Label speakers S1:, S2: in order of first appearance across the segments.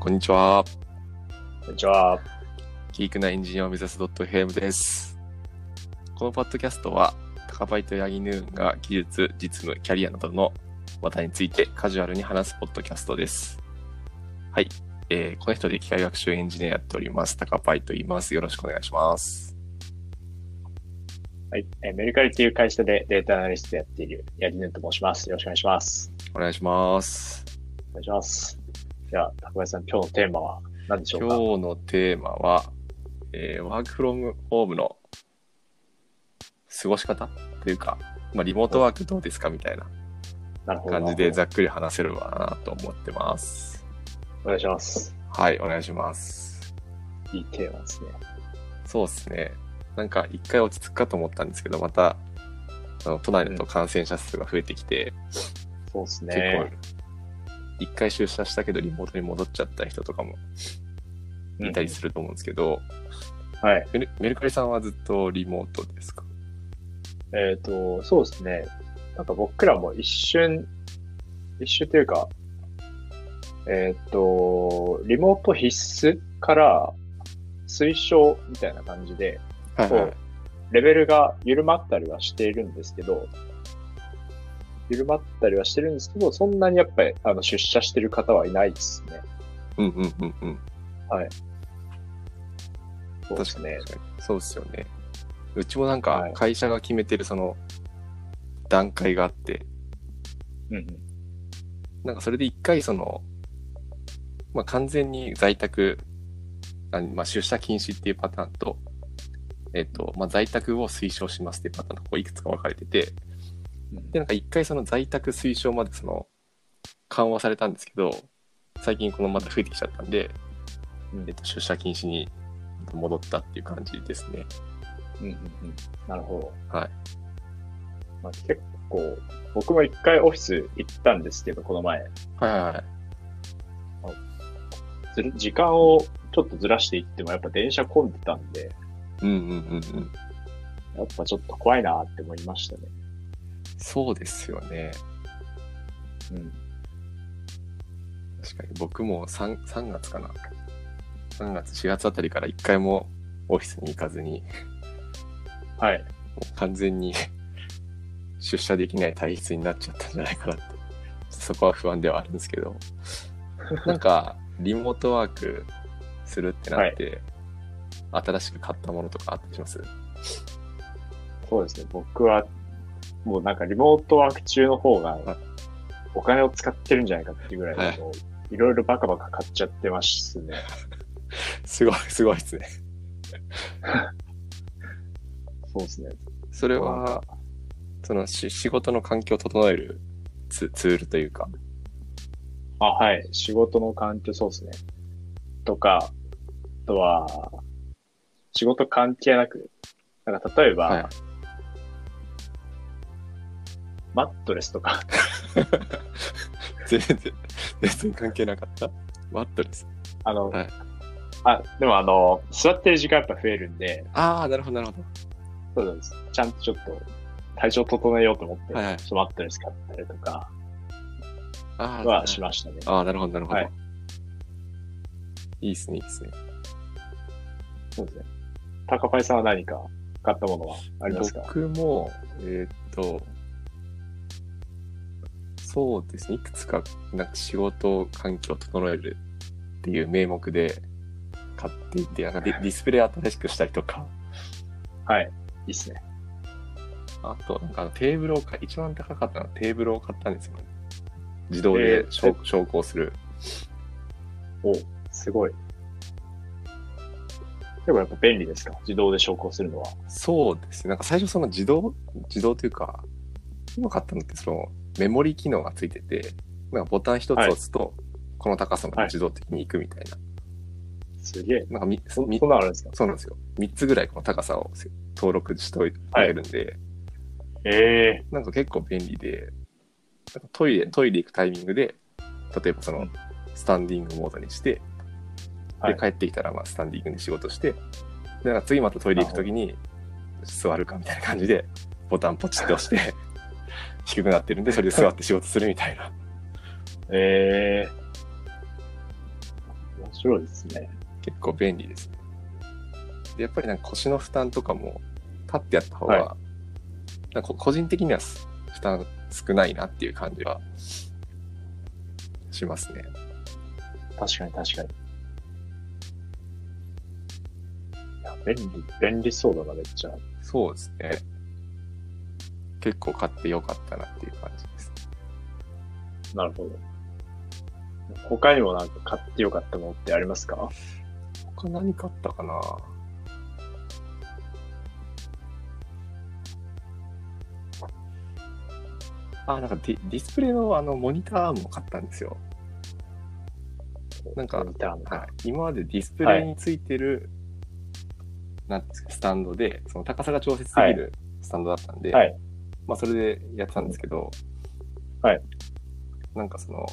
S1: こんにちは。
S2: こんにちは。
S1: キークなエンジニアを目指す .fm です。このパッドキャストは、タカパイとヤギヌーンが技術、実務、キャリアなどの話題についてカジュアルに話すポッドキャストです。はい。えー、この人で機械学習エンジニアやっております。タカパイと言います。よろしくお願いします。
S2: はい。えーメルカリという会社でデータアナリストやっているヤギヌンと申します。よろしくお願いします。
S1: お願いします。
S2: お願いします。じゃあ、高林さん、今日のテーマは何でしょう
S1: 今
S2: か
S1: 日のテーマは、えーワークフロムホームの過ごし方というか、まあ、リモートワークどうですかみたいな
S2: なるほど。
S1: 感じでざっくり話せればなと思ってます。
S2: お願いします。
S1: はい、お願いします。
S2: いいテーマですね。
S1: そうですね。なんか一回落ち着くかと思ったんですけど、また、あの都内だと感染者数が増えてきて、
S2: そうです
S1: 結
S2: ね。
S1: 構、一回出社したけどリモートに戻っちゃった人とかもいたりすると思うんですけど、
S2: うんはい。
S1: メルメルカリさんはずっとリモートですか
S2: えっ、と、そうですね。なんか僕らも一瞬、一瞬というか、えっ、と、リモート必須から推奨みたいな感じで、
S1: はい
S2: はいレベルが緩まったりはしているんですけど、緩まったりはしてるんですけど、そんなにやっぱりあの出社してる方はいないですね。
S1: うんうんうんうん。
S2: そうですね。
S1: 確かにそうですよね。うちもなんか
S2: はい
S1: 会社が決めてるその段階があって、
S2: うんうん。
S1: なんかそれで一回その、まあ、完全に在宅、あまあ、出社禁止っていうパターンと、えっ、と、まあ、在宅を推奨しますっていうパターンがこういくつか分かれてて、で、なんか一回その在宅推奨までその緩和されたんですけど、最近このまた増えてきちゃったんで、
S2: うん
S1: えっと、出社禁止に戻ったっていう感じですね。
S2: うんうんうん。なるほど。
S1: はい。
S2: まあ、結構、僕も一回オフィス行ったんですけど、この前。
S1: はいはいはい。
S2: ずる時間をちょっとずらしていっても、やっぱ電車混んでたんで、
S1: うんうんうんうん。
S2: やっぱちょっと怖いなって思いましたね。
S1: そうですよね。
S2: うん。
S1: 確かに僕も 3, 3月かな3月4月あたりから一回もオフィスに行かずに
S2: はい。
S1: もう完全に 出社できない体質になっちゃったんじゃないかなってそこは不安ではあるんです けどなんかリモートワークするってなって、新しく買ったものとかあったりします
S2: そうですね。僕は、もうなんかリモートワーク中の方
S1: はい
S2: が、お金を使ってるんじゃないかっていうぐらい、
S1: はい
S2: もういろいろバカバカ買っちゃってますね。
S1: すごいすごいですね
S2: そうですね。
S1: それはそのし仕事の環境を整えるツツールというか
S2: あ、はい。仕事の環境、そうですね。とか、あとは、仕事関係なく、なんか例えば、
S1: はい
S2: マットレスとか、
S1: 全然全然関係なかったマットレス
S2: あの、
S1: はい
S2: あ、でもあの、座ってる時間やっぱ増えるんで、
S1: ああ、なるほど、なるほ
S2: そうなんです。ちゃんとちょっと、体調整えようと思って、
S1: はいはい
S2: ちょっとマットレス買ったりとか
S1: ど。あ
S2: はしましたね。
S1: あー、なるほど、なるほど。
S2: はいい、
S1: いですね、いいですね。
S2: そうですね。高パイさんは何か買ったものはありますか
S1: 僕も、えーっと、そうですね、いくつか、なんか仕事環境を整えるっていう名目で買っていて、なんかディディスプレイ新しくしたりとか、
S2: はい。いいっすね。
S1: あと、なんかあのテーブルを買い、一番高かったのはテーブルを買ったんですよね。自動で昇昇降する。
S2: おすごい。でもやっぱ便利ですか自動で昇降するのは。
S1: そうですね。なんか最初その自動、自動というか、今買ったのってそのメモリ機能がついてて、なんかボタン一つ押すと、この高さまで自動的に行くみたいな。
S2: すげえ。
S1: なんかみ
S2: そ
S1: み
S2: そんなのあるんですか
S1: そうなんですよ。3つぐらいこの高さを登録しておいてもらえるんで、
S2: ええ
S1: なんか結構便利で、なんかトイレ、トイレ行くタイミングで、例えばその、
S2: うん
S1: スタンディングモードにして、
S2: はい
S1: で、帰ってきたら、まあ、スタンディングで仕事して、で、なんか次またトイレ行くときに、座るかみたいな感じで、ボタンポチって押 して、低くなってるんで、それで座って仕事するみたいな。
S2: ええ面白いですね。
S1: 結構便利ですね。でやっぱりなんか腰の負担とかも立ってやった方が、
S2: は
S1: なんかこ個人的にはす負担少ないなっていう感じはしますね。
S2: 確かに確かに。いや、便利、便利そうだな、めっちゃ。
S1: そうですね。結構買ってよかったなっていう感じです。
S2: なるほど。他にもなんか買ってよかったものってありますか
S1: 他何買ったかなあ、なんかディディスプレイのあのモニターアームを買ったんですよ。なんか
S2: モニターの。
S1: はい、今までディスプレイについてる、なんていうんですか、スタンドで、その高さが調節できるスタンドだったんで、
S2: はい
S1: まあそれでやってたんですけど、
S2: はい。
S1: なんかその、モ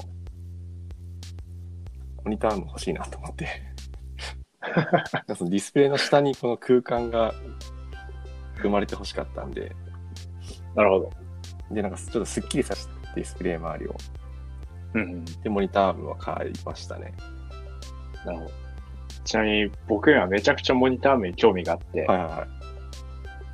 S1: ニターも欲しいなと思って。なんかそのディスプレイの下にこの空間が生まれて欲しかったんで、
S2: なるほど。
S1: で、なんかちょっとスッキリさせたディスプレイ周りを。
S2: うんうん。
S1: で、モニターアームは買いましたね。
S2: なるほど。ちなみに僕にはめちゃくちゃモニターアームに興味があって、
S1: はいはいはい。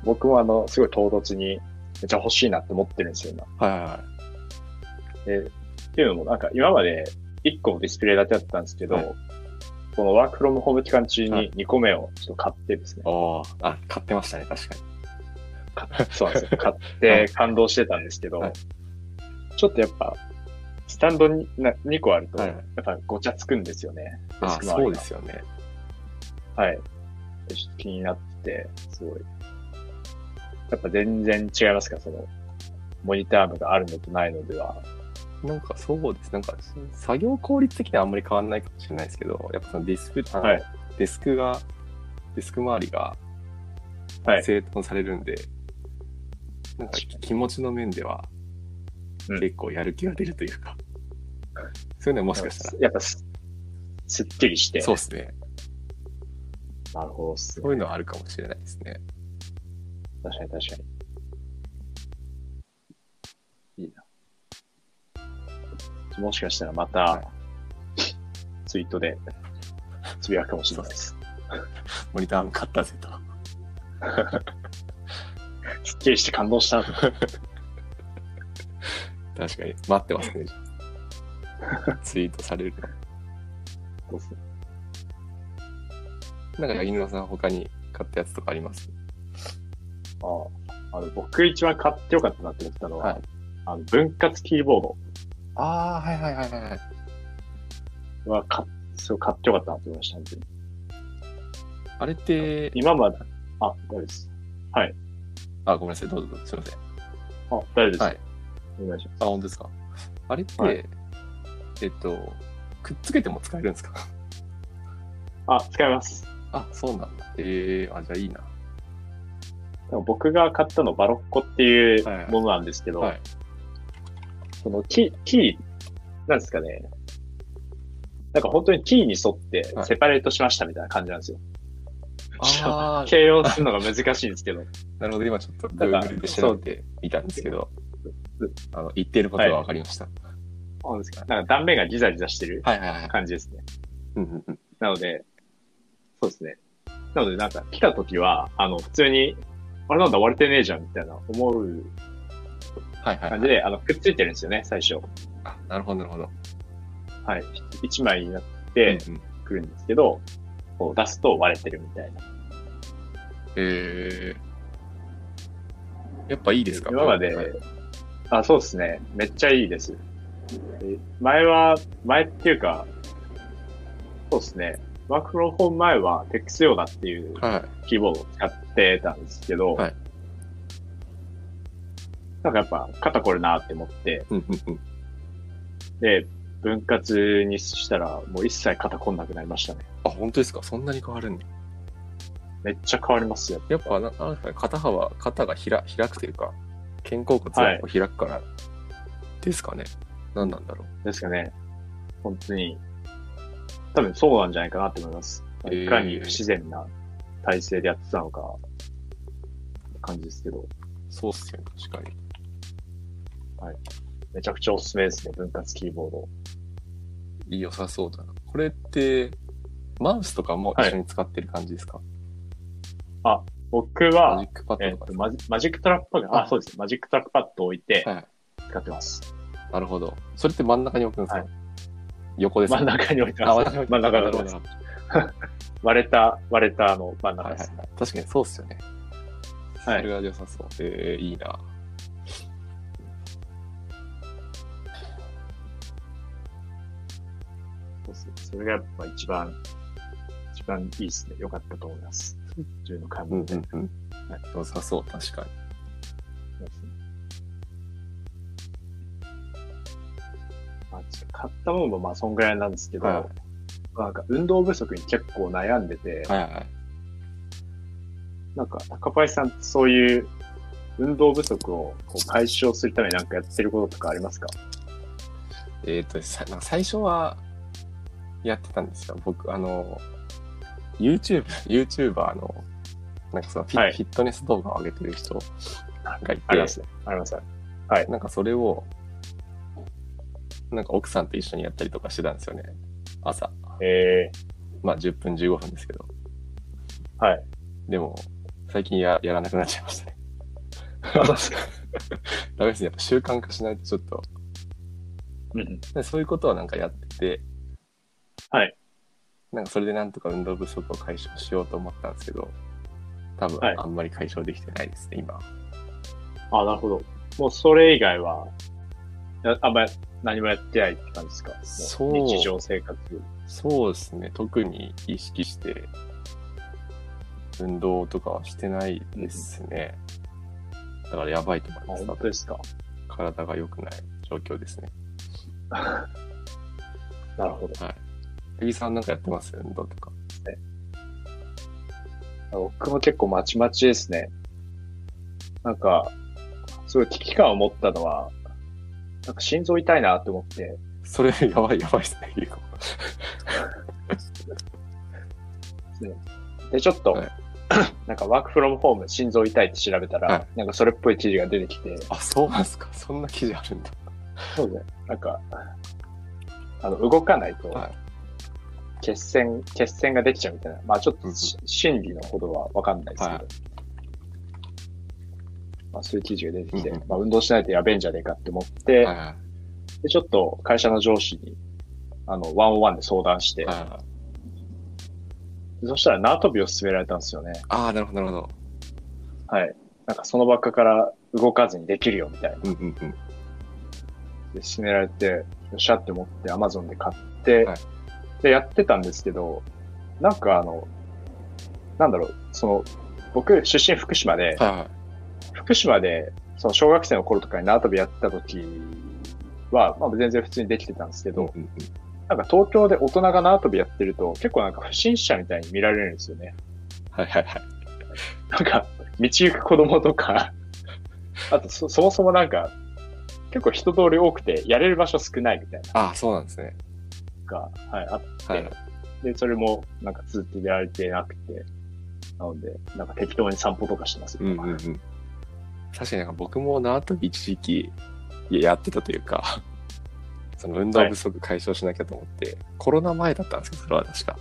S2: 僕もあの、すごい唐突にめっちゃ欲しいなって思ってるんですよ、今。
S1: はいはいはい。
S2: っていうのもなんか今まで1個のディスプレイだけだったんですけど、
S1: はい
S2: このワークフロムホーム期間中
S1: は
S2: に
S1: い
S2: 2個目をちょっと買ってですね、
S1: ああ、あ、買ってましたね、確かに。
S2: そうなんですよ。買っ
S1: はい
S2: て感動してたんですけど、
S1: はい
S2: ちょっとやっぱ、スタンドにな2個あると、
S1: はい
S2: やっぱごちゃつくんですよね。デス
S1: あ
S2: ク周りが
S1: そうですよね。
S2: はい。でちょっと気になって、すごい。やっぱ全然違いますか、その、モニターアームがあるのとないのでは。
S1: なんかそうです。なんか作業効率的にはあんまり変わんないかもしれないですけど、やっぱそのディスプ、あの
S2: はい
S1: デスクが、デスク周りが
S2: はい
S1: 整頓されるんで、なんか
S2: 確かに
S1: 気持ちの面では
S2: うん
S1: 結構やる気が出るというか、そういうのはもしかしたら、
S2: やっぱす、すっきりして。
S1: そうですね。
S2: なるほどっすね
S1: そういうのはあるかもしれないですね。
S2: 確かに確かに。いいな。もしかしたらまた、
S1: はい
S2: ツイートでつぶやくかもしれないです。
S1: モニターアーム買ったぜと。
S2: すっきりして感動した。
S1: 確かに。待ってますね。じゃ あツイートされるの。なんか、犬野さん他に買ったやつとかあります
S2: あああの僕一番買ってよかったなって思ったのは、
S1: はい
S2: あの分割キーボー
S1: ああ、はいはいはいはいはい。
S2: ドは買っすごい買ってよかったなって思いました本当に。
S1: あれって、
S2: 今まで、あ、大丈夫です。
S1: あ、ごめんなさい、どうぞどうぞ、すいません。
S2: あ、大丈夫です。
S1: はい
S2: お願いし
S1: あ、本当ですか。あれって、
S2: はい
S1: えっと、くっつけても使えるんですか
S2: ます。あ、使います。
S1: あ、そうなんだ。えー、あ、じゃあいいな。
S2: でも僕が買ったのバロッコっていう
S1: はいはい
S2: ものなんですけど、
S1: はい。
S2: そのキー、キー、なんですかね。なんか本当にキーに沿って
S1: はい
S2: セパレートしましたみたいな感じなんですよ。
S1: あー
S2: 形容するのが難しいんですけど。
S1: なるほど、今ちょっと
S2: だから
S1: Google で調べてみたんですけど
S2: そう、
S1: あの、言っていることが分かりました。
S2: そうですかなんか断面がギザギザしてる
S1: はいはいはい。
S2: 感じですね。
S1: うんうんうん。
S2: なので、そうですね。なのでなんか来た時は、あの、普通に、あれなんだ割れてねえじゃんみたいな思う
S1: はいはい、は
S2: 感
S1: い
S2: じ。で、あの、くっついてるんですよね、最初。
S1: あ、なるほど、なるほど。
S2: はい。一枚になって
S1: うんうん、
S2: くるんですけど、こう出すと割れてるみたいな。
S1: えー、やっぱいいですか
S2: 今まで、
S1: はい
S2: あ、そうですね。めっちゃいいです。え前は、前っていうか、そうですね。ワークフローホーム前は TEX ヨーダっていう
S1: はい。
S2: キーボードを使ってたんですけど、
S1: はい
S2: なんかやっぱ肩こるなって思って、
S1: うんうんうん。
S2: で、分割にしたらもう一切肩こんなくなりましたね。
S1: あ、本当ですかそんなに変わるんだ。
S2: めっちゃ変わりますよ。
S1: やっぱな、なんか肩幅、肩がひら開くというか、肩甲骨がこう開くから、ですかね。何なんだろ
S2: ですかね。本当に、多分そうなんじゃないかなと思います。
S1: えー
S2: いかに不自然な体勢でやってたのか、感じですけど、
S1: う。そうっすよね、確かに。
S2: めちゃくちゃおすすめですね、分割キーボード。
S1: 良さそうだな。これって、マウスとかも一緒に使ってる感じですか、
S2: 僕
S1: マ
S2: は
S1: ジ、ックパ
S2: え
S1: ッド
S2: っ
S1: とかで
S2: と
S1: す
S2: マジ、マジックトラップが、
S1: あ
S2: あ、そうです。マジックトラップパッドを置いて
S1: か、はい。
S2: 使ってます。
S1: なるほど。それって真ん中に置くんですか、
S2: はい
S1: 横ですか
S2: 真ん中に置いて
S1: あ、
S2: ま
S1: 真ん
S2: す。
S1: 中に置いて
S2: 真ん中
S1: な
S2: に
S1: る
S2: 置
S1: ほ
S2: いて
S1: ど
S2: ま
S1: な
S2: す。
S1: るほ
S2: 割れた、割れた、あの、真ん
S1: ど。は
S2: 中
S1: いは
S2: で
S1: い
S2: す。
S1: はい。確かにそうっすよね。
S2: はい
S1: それが良さそう。えー、いいな。
S2: そうそうそれがやっぱ一番、一番いいですね。良かったと思います。自分の買い
S1: うん
S2: 物
S1: う
S2: で。
S1: んうん
S2: はい。
S1: 良さそう、確かに。
S2: まあ、ちょっと買ったものもまあそんぐらいなんですけど、
S1: は
S2: なんか運動不足に結構悩んでて、
S1: いはいはい。
S2: なんか高林さんってそういう運動不足をこう解消するためになんかやってることとかありますか
S1: えっ、とさ、なんか最初はやってたんですよ。僕、あの、YouTube、YouTuber の、なんかそのフィ,、
S2: はい
S1: フィットネス動画を上げてる人がいて、
S2: ありますね。あります。
S1: なんかそれを、なんか奥さんと一緒にやったりとかしてたんですよね。朝。
S2: え
S1: まあ10分15分ですけど。
S2: ー、はい。
S1: でも、最近ややらなくなっちゃいましたね。 ダメですね。やっぱ習慣化しないとちょっと。
S2: うん
S1: でそういうことはなんかやってて、
S2: はい。
S1: なんかそれでなんとか運動不足を解消しようと思ったんですけど、多分
S2: はい
S1: あんまり解消できてないですね、今。
S2: あ、なるほど。もうそれ以外は、やあんまり何もやってないって感じですかもう
S1: そう
S2: 日常生活。
S1: そうですね。特に意識して、運動とかはしてないですね。だからやばいと思い
S2: あ
S1: ます。多
S2: 本当
S1: 分
S2: ですか。
S1: 体が良くない状況ですね。
S2: なるほど。
S1: はい。八木さんなんかやってます運動とか。
S2: 僕も結構まちまちですね。なんか、すごい危機感を持ったのは、なんか心臓痛いなって思って、
S1: それやばいやばいですね、結構
S2: で、ちょっと、
S1: はい
S2: なんかワークフロムホーム心臓痛いって調べたら、
S1: は
S2: なんかそれっぽい記事が出てきて、
S1: あ、そうなんですか。そんな記事あるんだ。
S2: そうね。なんか、あの、動かないと
S1: はい、
S2: 血栓、血栓ができちゃうみたいな。まあちょっ
S1: うんう
S2: と
S1: ん
S2: し、心理のほどはわかんないですけど。
S1: はい
S2: まあそういう記事が出てきて、
S1: うんうん
S2: まあ運動しないとやべえんじゃねえかって思って、
S1: はいは
S2: で、ちょっと会社の上司に、あの、ワンオンワンで相談して、
S1: い。はいはい、
S2: そしたら縄跳びを勧められたんですよね。
S1: ああ、なるほど、なるほど。
S2: はい。なんかそのばっかから動かずにできるよみたいな。
S1: うんうんうん。
S2: で、勧められて、よっしゃって思って、アマゾンで買って、
S1: はい
S2: で、やってたんですけど、なんかあの、なんだろう、その、僕、出身福島で、
S1: はいはい。
S2: 福島で、その小学生の頃とかに縄跳びやってた時は、まあ全然普通にできてたんですけど、
S1: うんうん
S2: なんか東京で大人が縄跳びやってると、結構なんか不審者みたいに見られるんですよね。
S1: はいはいはい。
S2: なんか、道行く子供とか、 あとそ、そもそもなんか、結構人通り多くて、やれる場所少ないみたいな
S1: ああ、そうなんですね。
S2: のが、はい、あっ
S1: はい。
S2: で、それも、なんか続けられてなくて、なので、なんか適当に散歩とかしてます。
S1: うんうんうん。確かになんか僕も縄跳び一時期いややってたというか、 その運動不足解消しなきゃと思って、コロナ前だったんですけど、それは確か。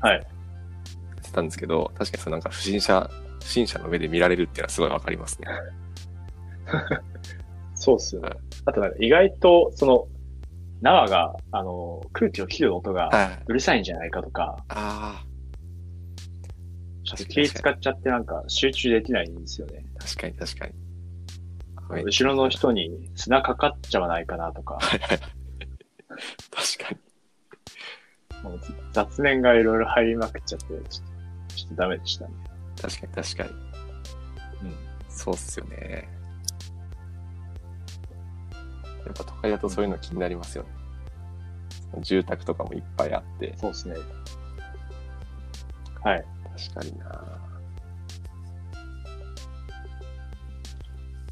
S2: はい
S1: やってたんですけど、確かにそのなんか不審者、不審者の目で見られるっていうのはすごいわかりますね。
S2: そうっすよね
S1: はい。
S2: あとなんか意外と、その、縄が、あの、空気を切る音が
S1: はい。
S2: うるさいんじゃないかとか、
S1: ああ、
S2: ちょっと
S1: 確かに
S2: 気使っちゃってなんか集中できないんですよね。
S1: 確かに確かに。はい
S2: 後ろの人に砂かかっちゃわないかなとか、
S1: はいはい。確かに。
S2: もう雑念がいろいろ入りまくっちゃって、ちょっとちょっとダメでしたね。
S1: 確かに確かに。
S2: うん。
S1: そうっすよね。やっぱ都会だとそういうの気になりますよね。その住宅とかもいっぱいあって。
S2: そうですね。はい。
S1: 確かにな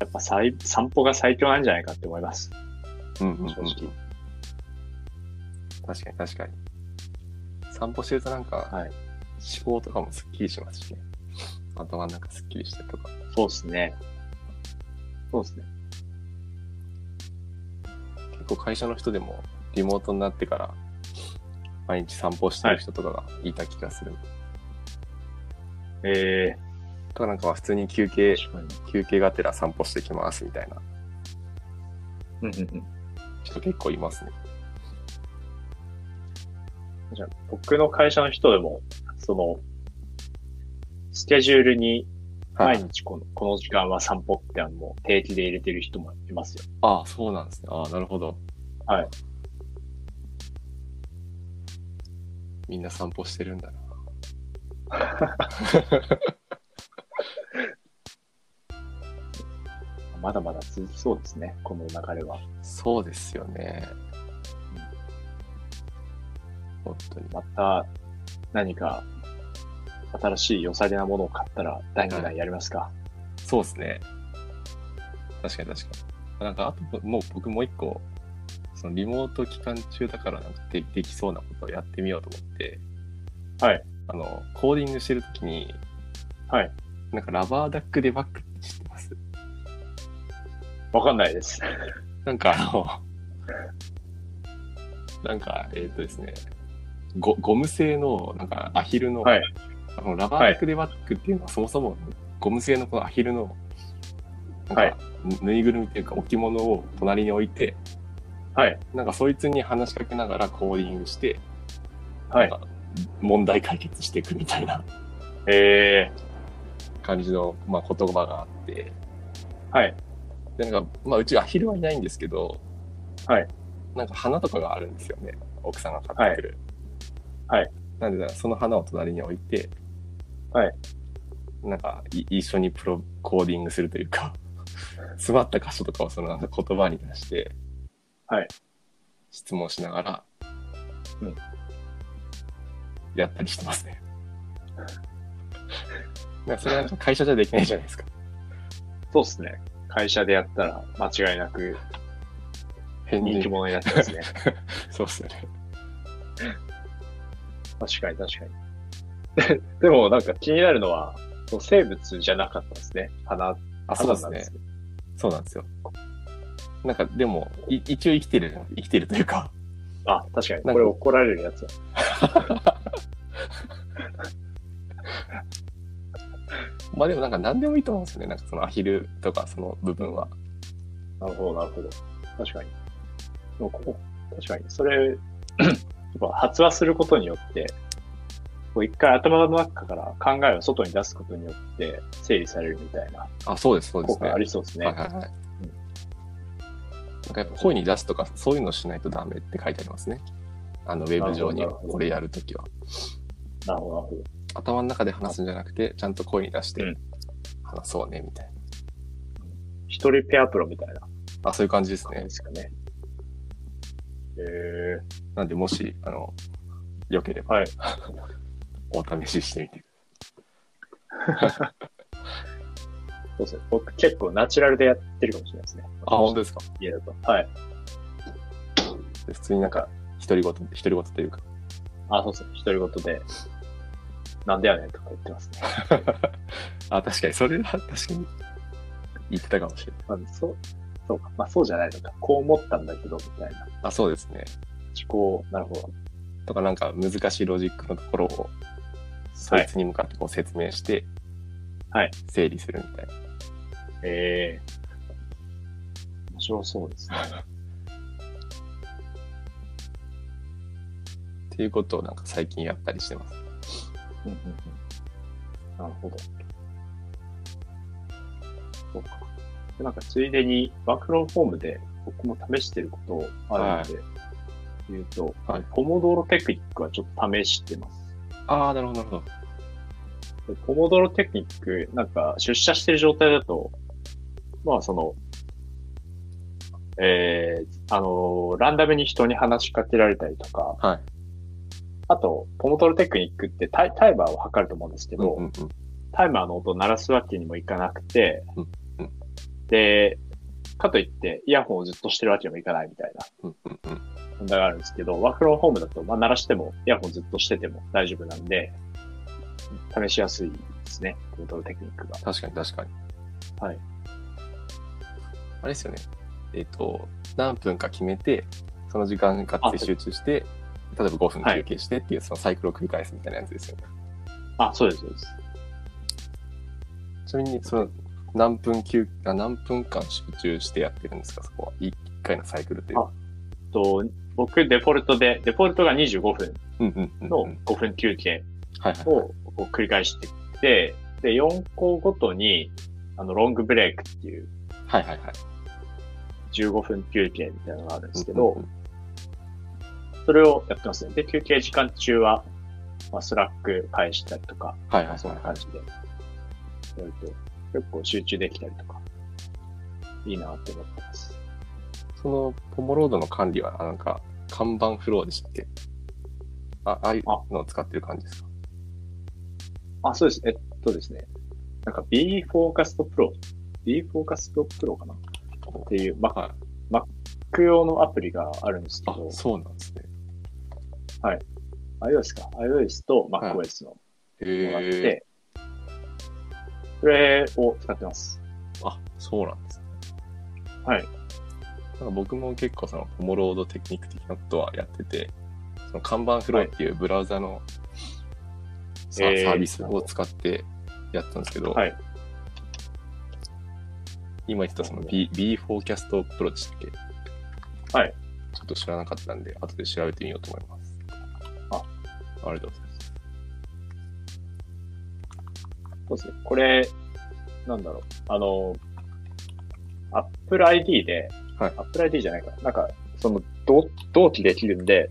S2: やっぱさい散歩が最強なんじゃないかって思います。
S1: うんうん、うん。
S2: 正直。
S1: 確かに確かに。散歩してるとなんか、
S2: はい
S1: 思考とかもすっきりしますしね。頭なんかすっきりしてとか。
S2: そうですね。そうですね。
S1: 結構会社の人でもリモートになってから、毎日散歩してる人とかがいた気がする。
S2: え
S1: とかなんかまあ普通に休
S2: え
S1: 憩、
S2: 確かに。
S1: 休憩がてら散歩してきますみたいな
S2: うんうんうん。
S1: 人結構いますね。
S2: じゃあ僕の会社の人でも、その、スケジュールに毎日この,、この時間は散歩ってあの、もう定期で入れてる人もいますよ。
S1: ああ、そうなんですね。ああ、なるほど。
S2: はい。
S1: みんな散歩してるん だな。
S2: まだまだ続きそうですね、この流れは。
S1: そうですよね。本当に。
S2: また、何か、新しい良さげなものを買ったら、第2弾やりますか。
S1: そうですね。確かに確かに。なんか、あと、もう僕もう一個、そのリモート期間中だからなんかでできそうなことをやってみようと思って、
S2: はい。
S1: あの、コーディングしてるときに、
S2: はい。
S1: なんかラバーダックデバッグって知ってます
S2: わかんないです。
S1: なんかあの、なんか、えっ、とですね、ゴゴム製の、なんかアヒルの、
S2: はい
S1: あのラバーダックデバッグっていうのはそもそもゴム製のこのアヒルの、なんか、
S2: はい
S1: ぬいぐるみっていうか置物を隣に置いて、
S2: はい。
S1: なんかそいつに話しかけながらコーディングして、
S2: はい
S1: なんか問題解決していくみたいな
S2: え
S1: 感じの、まあ、言葉があって、
S2: ー、はい。
S1: で、なんか、まあ、うちアヒルはいないんですけど、
S2: はい。
S1: なんか花とかがあるんですよね。奥さんが買ってくる。
S2: はいはい。
S1: なんで、その花を隣に置いて、
S2: はい。
S1: なんか、い一緒にプロコーディングするというか、 詰まった箇所とかをそのなんか言葉に出して、
S2: はい。
S1: 質問しながら、
S2: うん。
S1: やったりしてますね。なんかそれはなんか会社じゃできないじゃない ですか。
S2: そうですね。会社でやったら、間違いなく
S1: 変
S2: 人気
S1: 人。
S2: 者になってますね。
S1: そうっすよね。
S2: 確かに確かに。 でもなんか気になるのは、その生物じゃなかったですね。花、
S1: あ、そうです
S2: 花なん
S1: ね
S2: で。すね。
S1: そうなんですよ。なんか、でも、い一応生きてるじゃん、生きてるというか、
S2: あ、確かに。
S1: か
S2: これ怒られるやつだ。
S1: まあでもなんか何でもいいと思うんですよね。なんかそのアヒルとかその部分は。
S2: なるほど、なるほど。確かに。でもここ確かに。それ、や っぱ発話することによって、こう一回頭の中から考えを外に出すことによって整理されるみたいな
S1: あ、そうです、そうで
S2: 効
S1: すね。
S2: 果ありそうですね。
S1: はいはいはい。なんかやっぱ声に出すとか、そういうのしないとダメって書いてありますね。あの、ウェブ上に
S2: なるほど
S1: これやるときは。
S2: なるほど、なるほど。
S1: 頭の中で話すんじゃなくて、ちゃんと声に出し
S2: う
S1: て
S2: ん
S1: 話そうね、みたい
S2: 一人ペアプロみたいな
S1: な。あ、そういう感じです
S2: 感じ
S1: ね
S2: で。すかね。え
S1: なんで、もし、あの、良ければ、
S2: はい
S1: お試ししてみて。
S2: ー、そうですね。僕結構ナチュラルでやってるかもしれないですね。
S1: あ、本当ですか
S2: 家だと。はい。
S1: で普通になんか、独り言、独り言というか、
S2: あ、そうですね。独り言で、なんでやねんとか言ってますね。
S1: あ、確かに、それは確かに言ってたかもしれない。
S2: まあ、そう、そうか。まあ、そうじゃないのか。こう思ったんだけど、みたいな。
S1: あ、そうですね。
S2: 思考、なるほど。
S1: とか、なんか難しいロジックのところを、そいつに向かってこう説明して、
S2: はい
S1: 整理するみたいな。
S2: ええ面白そうですね。
S1: っていうことをなんか最近やったりしてます。
S2: うんうんうん。なるほど。そうか。でなんか、ついでに、ワークロンフォームで僕も試してることあるので、言うと、
S1: はい
S2: ポモドーロテクニックはちょっと試してます。
S1: ああ、なるほど、なるほど。
S2: でポモドロテクニック、なんか、出社してる状態だと、まあ、その、えー、あのランダムに人に話しかけられたりとか、
S1: はい。
S2: あと、ポモドロテクニックってタイタイマーを測ると思うんですけ
S1: う
S2: ど、
S1: んうんうん。
S2: タイマーの音を鳴らすわけにもいかなくて、
S1: うんうん
S2: で、かといって、イヤホンをずっとしてるわけにもいかないみたい
S1: う
S2: な
S1: んうんうん。
S2: 問題があるんですけど、ワークロンホームだと、まあ、鳴らしても、イヤホンずっとしてても大丈夫なんで、試しやすいですね、ポモドロテクニックが。
S1: 確かに、確かに。
S2: はい。
S1: あれですよね。えっ、と、何分か決めて、その時間にかって集中して、例えば5分
S2: はい
S1: 休憩してっていう、そのサイクルを繰り返すみたいなやつですよね。
S2: あ、そうです、そうです。
S1: ちなみに、その、何分休、あ何分間集中してやってるんですか、そこは。1回のサイクルという。
S2: あと僕、デフォルトで、デフォルトが25分
S1: うんうんうんうん。
S2: の
S1: はい
S2: 5分休憩
S1: はい。
S2: をこう繰り返していって、で、4校ごとに、あの、ロングブレイクっていう
S1: はいはいはい。
S2: 15分休憩みたいなのがあるんですけ
S1: うんう
S2: ど
S1: ん、うん
S2: それをやってますね。で、休憩時間中は、まあ、スラック返したりとか、
S1: はいはいはい。
S2: そんな感じで、やると、結構集中できたりとか、いいなって思ってます。
S1: そのポモロードの管理は、あなんか、看板フローでしたっけあ、ああいうのを使ってる感じですか
S2: あ、そうです。えっとですね。なんか B フォーカストプロ、B フォーカストプロかなっていう Mac
S1: はい。
S2: 用のアプリがあるんですけ
S1: あ
S2: ど、、
S1: そうなんですね。
S2: iOS か。iOS と
S1: はい
S2: MacOS のもらっ
S1: へえ。
S2: て、それを使ってます。
S1: あ、そうなんですね。
S2: はい。
S1: なんか僕も結構そのポモロードテクニック的なことはやってて、その看板フローっていうブラウザのサ,、
S2: えー
S1: サービスを使ってやったんですけど、
S2: はい
S1: 今言ってたその B, B フォーキャストプロでしたっけ
S2: はい。
S1: ちょっと知らなかったんで、後で調べてみようと思います。
S2: あ、
S1: ありがとうございます。
S2: そうですね。これ、なんだろう。あの、Apple ID で、
S1: はい
S2: Apple ID じゃないかな。なんか、その、同同期できるんで、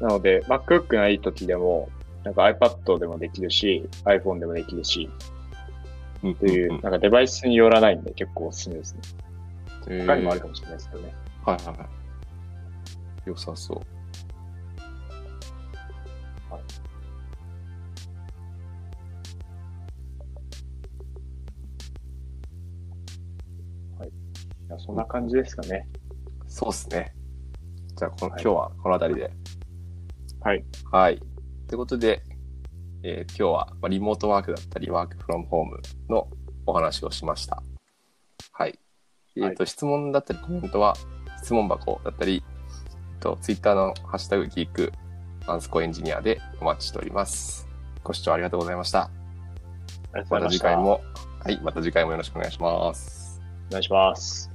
S2: なので、MacBook ない時でも、なんか iPad でもできるし、iPhone でもできるし、
S1: うん
S2: という、
S1: んん
S2: なんかデバイスによらないんで結構おすすめですね。
S1: えー
S2: 他にもあるかもしれないですけどね。
S1: はいはいはい。良さそう。
S2: はいいやそんな感じですかね。
S1: そうっすね。じゃあこの、
S2: はい
S1: 今日はこの辺りで。
S2: はい。
S1: はい。ということで、えー今日はまあリモートワークだったり、ワークフロムホームのお話をしました。はい。えっ、と、質問だったりコメントは、質問箱だったり、えっと、ツイッターのハッシュタグギークアンスコエンジニアでお待ちしております。ご視聴ありがとうございました。
S2: ありがとうご
S1: ま
S2: ざい
S1: た
S2: まし
S1: 次
S2: た。
S1: 回も、はい、また次回もよろしくお願いします。
S2: お願いします。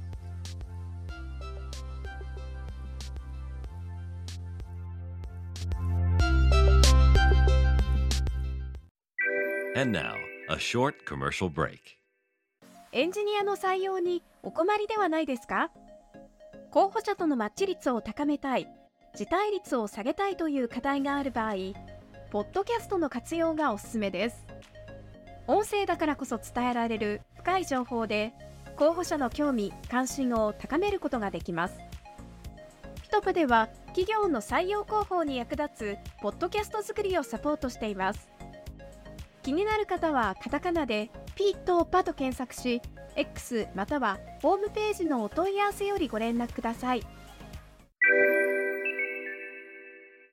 S3: And now, a short commercial break.
S4: エンジニアの採用にお困りではないですか候補者とのマッチ率を高めたい、辞退率を下げたいという課題がある場合、ポッドキャストの活用がおすすめです。音声だからこそ伝えられる深い情報で、候補者の興味・関心を高めることができます。ピトプでは企業の採用広報に役立つポッドキャスト作りをサポートしています。気になる方はカタカナで「ピーとパ」と検索し X またはホームページのお問い合わせよりご連絡ください